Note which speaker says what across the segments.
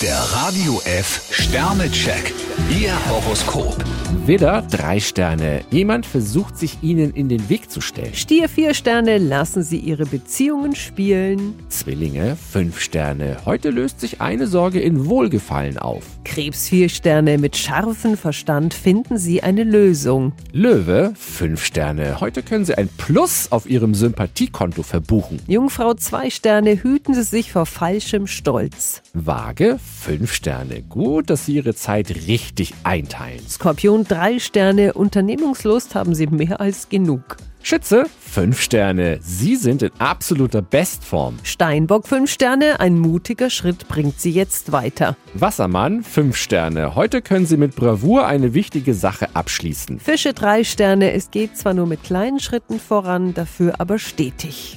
Speaker 1: Der Radio F Sternecheck. Ihr Horoskop.
Speaker 2: Widder, drei Sterne. Jemand versucht sich ihnen in den Weg zu stellen.
Speaker 3: Stier vier Sterne, lassen Sie Ihre Beziehungen spielen.
Speaker 2: Zwillinge, fünf Sterne. Heute löst sich eine Sorge in Wohlgefallen auf.
Speaker 3: Krebs vier Sterne, mit scharfem Verstand finden Sie eine Lösung.
Speaker 2: Löwe, fünf Sterne. Heute können sie ein Plus auf ihrem Sympathiekonto verbuchen.
Speaker 3: Jungfrau zwei Sterne, hüten Sie sich vor falschem Stolz.
Speaker 2: Waage, fünf Sterne. Gut, dass sie ihre Zeit richtig einteilen.
Speaker 3: Skorpion drei Sterne, Unternehmungslust haben Sie mehr als genug.
Speaker 2: Schütze, fünf Sterne. Sie sind in absoluter Bestform.
Speaker 3: Steinbock fünf Sterne, ein mutiger Schritt bringt Sie jetzt weiter.
Speaker 2: Wassermann, fünf Sterne. Heute können sie mit Bravour eine wichtige Sache abschließen.
Speaker 3: Fische drei Sterne, es geht zwar nur mit kleinen Schritten voran, dafür aber stetig.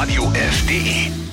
Speaker 1: Radio radiof.de.